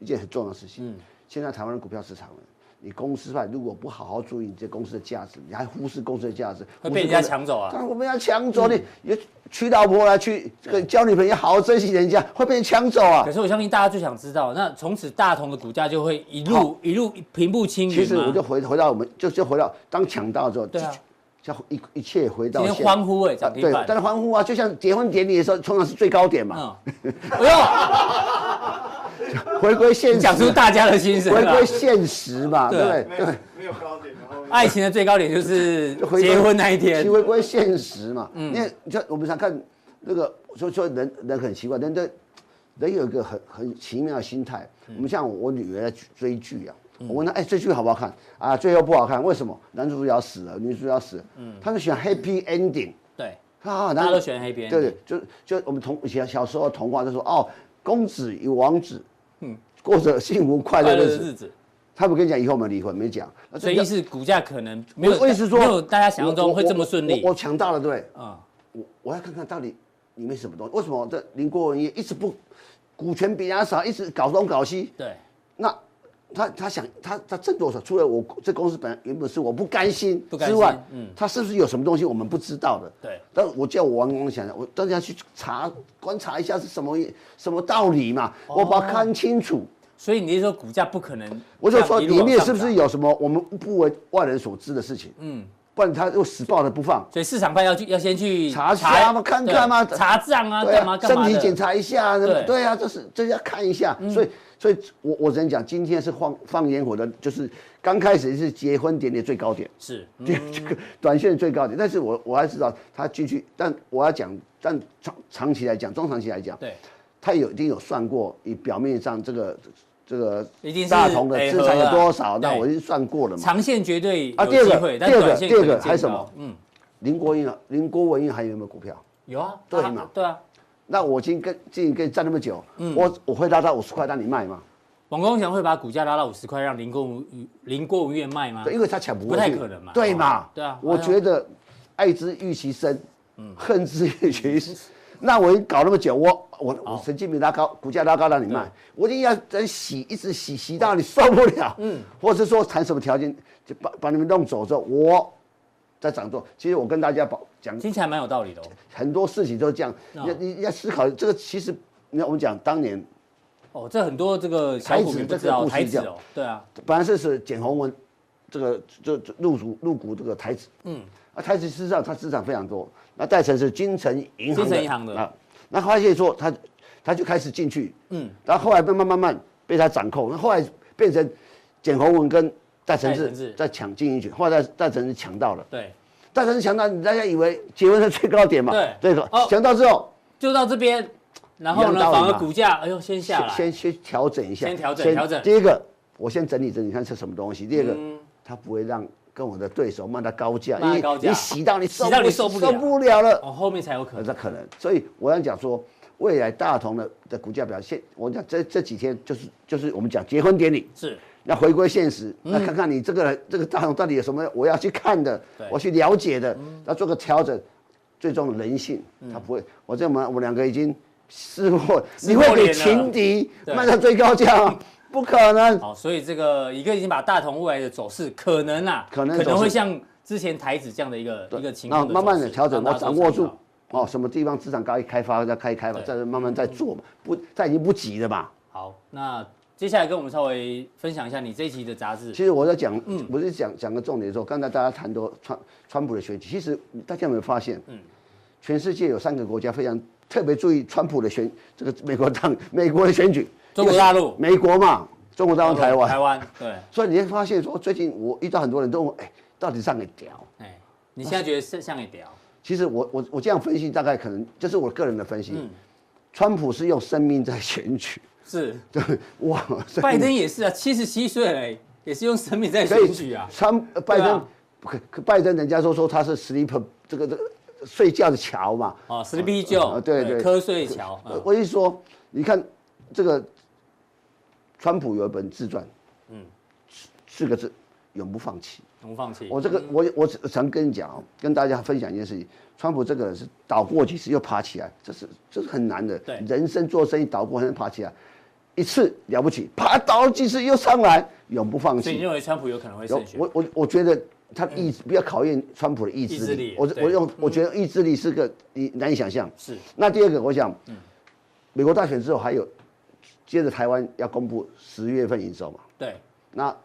S2: 一件很重要的事情。
S1: 嗯
S2: 现在台湾的股票市场呢，你公司派如果不好好注意你这公司的价值，你还忽视公司的价值，
S1: 会
S2: 忽
S1: 被
S2: 视
S1: 人家
S2: 公司
S1: 抢走啊嗯
S2: 当然我们要抢走你，你娶老婆来娶这个交女朋友，好好珍惜人家，会被人抢走啊
S1: 可。是我相信大家最想知道，那从此大同的股价就会一路一路平步青云吗
S2: 其实我就回回到我们，就就回到当抢到之后，
S1: 对啊
S2: 就，就一一切回到
S1: 今天
S2: 现
S1: 欢呼哎
S2: 啊
S1: 涨停
S2: 对
S1: 板，
S2: 但是欢呼啊，就像结婚典礼的时候，通常是最高点嘛，
S1: 嗯，哎
S2: 回归现
S1: 呦，嗯
S2: 实，
S1: 讲出大家的心声啊
S2: 回
S1: 了
S2: 归。现实嘛，
S1: 对
S2: 对不对？
S5: 没有没有高点，然后
S1: 爱情的最高点就是
S2: 就回归
S1: 结婚那一天嗯
S2: 其实，回归现实嘛。因为你看我们常看那个，所以说人人很奇怪，人的人有一个很很奇妙的心态。
S1: 嗯
S2: 我们像我女儿在追剧啊，我问她，哎，这剧好不好看啊？最后不好看，为什么？男主角死了，女主角死了，
S1: 嗯
S2: 她就喜欢 happy ending。
S1: 对，
S2: 啊，
S1: 大家
S2: 那
S1: 都喜欢黑边，
S2: 对对，就就我们童以前小时候童话就说哦，公子与王子，嗯，过着幸福快
S1: 快
S2: 乐
S1: 乐
S2: 的
S1: 的
S2: 日
S1: 日
S2: 子。
S1: 子。
S2: 他们跟你讲以后我们离婚没讲，那
S1: 所
S2: 这
S1: 以意
S2: 叫
S1: 思股价可能没有，
S2: 我意思说
S1: 没有大家想象中会这么顺
S2: 我
S1: 利
S2: 我我我强大了，对，
S1: 啊。
S2: 我我要看看到底里面什么东西，为什么这林国文也一直不股权比人家少，一直搞东搞西，
S1: 对，
S2: 那。他他想他他挣多少？除了我这公司本来原本是我不甘心
S1: 不甘
S2: 之
S1: 心
S2: 外，
S1: 嗯
S2: 嗯，他是不是有什么东西我们不知道的？
S1: 对
S2: 但我叫我王光想想，我大家去查观察一下是什么什么道理嘛，我把它看清楚。
S1: 所以你是说股价不可能？
S2: 我就
S1: 哦
S2: 说里面是不是
S1: 有？
S2: 有什么我们不为外人所知的事情？嗯，不然他又死抱着不放。
S1: 所以市场派要去要先去
S2: 查查嘛看看嘛
S1: 对查账啊，干嘛干
S2: 身
S1: 嘛
S2: 体
S1: 的
S2: 检查一下，
S1: 对嗯
S2: 对啊，这是这要看一下。所以，所以我我只能讲，今天是放放烟火的，就是刚开始是结婚典礼最高点，
S1: 是
S2: 这 这个短线最高点。但是我我还知道他进去，但我要讲，但长长期来讲，中长期来讲，
S1: 对，
S2: 他有一定有算过，以表面上这个这个
S1: 一定是
S2: 大同的
S1: 配合
S2: 资产有多少，
S1: 啊
S2: 那
S1: 对
S2: 我已经算过了嘛。
S1: 长线绝对有
S2: 啊第二个
S1: 机会，但
S2: 第二个
S1: 短线
S2: 第二
S1: 可能
S2: 个还有
S1: 见
S2: 什
S1: 高
S2: 么
S1: 嗯，
S2: 林国英啊，林国文英还有没有股票？
S1: 有啊，
S2: 对
S1: 啊
S2: 嘛
S1: 对啊，
S2: 那我今天跟今天跟你站那么久，
S1: 嗯
S2: 我我会拉到五十块让你卖吗？
S1: 王光祥会把股价拉到五十块，让林郭文林郭文月卖吗？
S2: 对，因为他抢不过
S1: 不太
S2: 去
S1: 可能嘛
S2: 对
S1: 哦
S2: 嘛？
S1: 对啊嗯
S2: 我觉得 爱之欲其生，恨之欲其死。那我已经搞那么久，我我
S1: 哦
S2: 我神经病拉高，股价拉高让你卖，我一定要等洗，一直洗洗到你受不了，嗯，或者说谈什么条件，就把把你们弄走之后，我再涨多。其实我跟大家保讲，
S1: 听起来蛮有道理的哦。
S2: 很多事情都是这样，
S1: 哦
S2: 你要你要思考这个。其实，你看我们讲当年
S1: 哦，这很多这个小股民不知道台
S2: 台
S1: 子
S2: 子
S1: 哦，对啊，
S2: 本来是是简宏文这个这这入股入股这个台子，嗯，啊台子事实上它资产非常多，那戴成是金城银行的，
S1: 金城银行的
S2: 啊，那发现说他他就开始进去，嗯，然后后来慢慢慢慢被他掌控，那后来变成简宏文跟戴成
S1: 戴成志
S2: 志在抢经营权，后来戴戴成志抢到了，
S1: 对，
S2: 戴成志抢到，大家以为结婚的最高点嘛，
S1: 对
S2: 这个
S1: 哦
S2: 抢到之后。
S1: 就到这边，然后
S2: 一
S1: 呢，
S2: 样道理
S1: 反
S2: 嘛
S1: 而股价哎呦先下来，
S2: 先先先调整一下，
S1: 先调整调整嗯
S2: 第一个，我先整理整理看是什么东西。第二个，它不会让跟我的对手卖到高
S1: 卖
S2: 价，
S1: 到
S2: 因为
S1: 高价
S2: 你洗到你受
S1: 洗到你受不
S2: 受不
S1: 了
S2: 了了，
S1: 哦后面才有可
S2: 呃
S1: 能。
S2: 这可能。所以我要讲说，未来大同的的股价表现，我讲这这几天就是就是我们讲结婚典礼。
S1: 是，
S2: 要回归现实，
S1: 嗯
S2: 那看看你这个这个大同到底有什么我要去看的
S1: 对，嗯
S2: 我去了解的，要做个调整。最终人性，他不会。我这我们我们两个已经试过，
S1: 试
S2: 你
S1: 过
S2: 会给
S1: 脸了
S2: 情敌
S1: 对嗯
S2: 卖到最高价吗？不可能。
S1: 好，所以这个一个已经把大同未来的走势可能啊，
S2: 可能
S1: 可能
S2: 走势
S1: 会像之前台子这样的一个一个情况
S2: 那
S1: 走势，
S2: 慢慢的调
S1: 让
S2: 整，
S1: 大
S2: 我
S1: 家
S2: 掌握
S1: 都知
S2: 住
S1: 道。
S2: 哦，什么地方资产高一开发再开一开发，
S1: 对
S2: 再慢慢再做嘛，不，再已经不急了嘛。
S1: 好，那接下来跟我们稍微分享一下你这一期的杂志。
S2: 其实我在讲，我是讲讲个重点的时候，刚才大家谈到川川普的选举，其实大家有没有发现，全世界有三个国家非常特别注意川普的选这个美国当美国的选举，
S1: 中国
S2: 一个是
S1: 大陆
S2: 美国嘛，中国大陆、台
S1: 台
S2: 湾，
S1: 湾，对，
S2: 所以你会发现说，哦最近我遇到很多人都问，哎，到底上个屌？
S1: 哎，你现在觉得像像也 屌，
S2: 其实我我我这样分析，大概可能这是我个人的分析，川普是用生命在选举，
S1: 是，
S2: 对，哇，生命
S1: 拜登也是啊，七十七岁了，也是用生命在
S2: 所以
S1: 选举啊，
S2: 川呃拜登
S1: 啊，
S2: 可可拜登人家都说他是 sleep 这个这个睡觉的桥嘛。
S1: 哦，Sleepy Joe，
S2: 啊对对
S1: 瞌睡桥，嗯
S2: 我我一说，你看这个，川普有一本自传，嗯，四个字，永不放弃。
S1: 我们放弃，
S2: 我这个我我常跟你讲哦，跟大家分享一件事情，川普这个人是倒过几次又爬起来，这是这是很难的
S1: 对。
S2: 人生做生意倒过很难爬起来，一次了不起，爬倒几次又上来，永不放弃。
S1: 所以你认为川普有可能会
S2: 有
S1: 胜选？
S2: 我我我觉得他意志不要考验川普的意
S1: 意
S2: 志
S1: 志
S2: 力
S1: 力，
S2: 我
S1: 对嗯
S2: 我用我觉得意志力是个你难以想象。
S1: 是嗯
S2: 那第二个，我想，美国大选之后还有，接着台湾要公布十月份营收嘛，
S1: 对，
S2: 那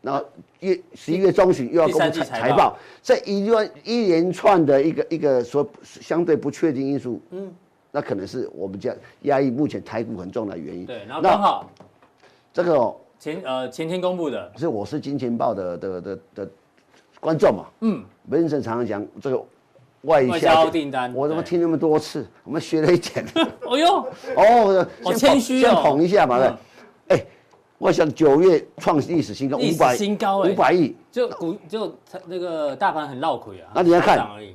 S2: 那月十一月中旬又要公布
S1: 第
S2: 财
S1: 三季财
S2: 财
S1: 报
S2: 报，这一段一连串的一个一个所相对不确定因素，嗯，那可能是我们这样压抑目前台股很重要的原因。
S1: 对，然后
S2: 那
S1: 刚好
S2: 这个哦
S1: 前呃前天公布的，
S2: 是我是金钱豹的的的的观众嘛，嗯，文生常常讲这个外
S1: 外
S2: 销
S1: 销订单
S2: 我怎么
S1: 对
S2: 听那么多次，我们学了一 点，
S1: 哦呦，
S2: 哦，
S1: 好
S2: 先
S1: 谦
S2: 捧
S1: 虚哦
S2: 先捧一下嘛，
S1: 嗯
S2: 对，哎，我想九月创历史新高，
S1: 历
S2: 五
S1: 史
S2: 百
S1: 新高哎
S2: 五百亿，
S1: 就股就它那个大盘很绕腿啊，
S2: 那你要看
S1: 上涨而已，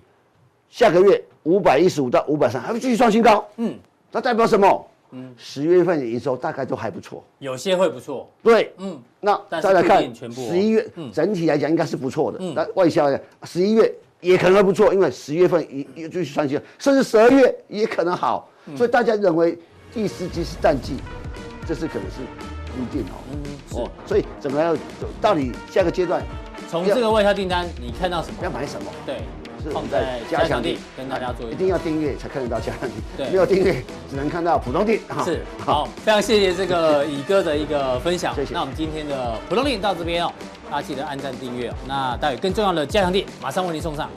S2: 下个月五百一十五到五百三，还会继续创新高，
S1: 嗯
S2: 嗯，那代表什么？嗯，十月份的营收大概都还不错，
S1: 有些会不错，
S2: 对，
S1: 嗯，
S2: 那
S1: 但是
S2: 再来
S1: 不一
S2: 看
S1: 定全部哦嗯
S2: 十一月，整体来讲应该是不错的。那外销呢，十一月也可能还不错，因为十月份也也继续上去，甚至十二月也可能好。
S1: 嗯
S2: 所以大家认为第四季是淡季，这是可能是不一定
S1: 嗯
S2: 哦。哦，所以整个要到底下个阶段
S1: 从这个外销订单你看到什么
S2: 要？买什么？
S1: 对，
S2: 是我
S1: 放
S2: 们
S1: 在
S2: 在
S1: 加
S2: 加
S1: 强
S2: 强
S1: 地
S2: 地
S1: 跟大家做一
S2: 一
S1: 个
S2: 定要订阅才看得到加强
S1: 对
S2: 地，没有订阅只能看到普通地哈
S1: 是，好，非常谢谢这个乙哥的一个分享。
S2: 谢谢
S1: 那我们今天的普通令到这边哦，大家记得按赞订阅哦。那待会更重要的加强力马上为您送上。